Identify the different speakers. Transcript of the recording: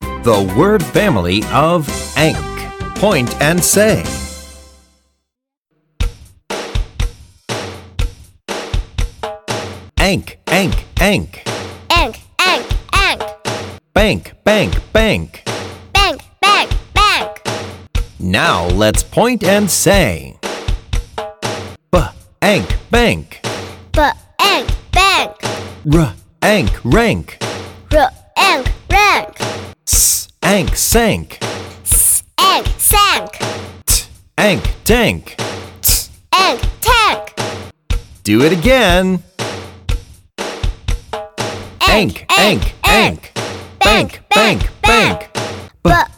Speaker 1: the word family of ank. Point and say. Ank, ank, ank.
Speaker 2: Ank, ank, ank.
Speaker 1: Bank, bank, bank.
Speaker 2: Bank, bank, bank.
Speaker 1: Now let's point and say. B, ank, bank.
Speaker 2: But ank, bank.
Speaker 1: R, ank, rank.
Speaker 2: R, ank, rank.
Speaker 1: S, ank, sank.
Speaker 2: S, ank, sank.
Speaker 1: T, ank, tank.
Speaker 2: T, ank, tank.
Speaker 1: Do it again. Ank, ank, ank. Bank, bank, bank. B,
Speaker 2: But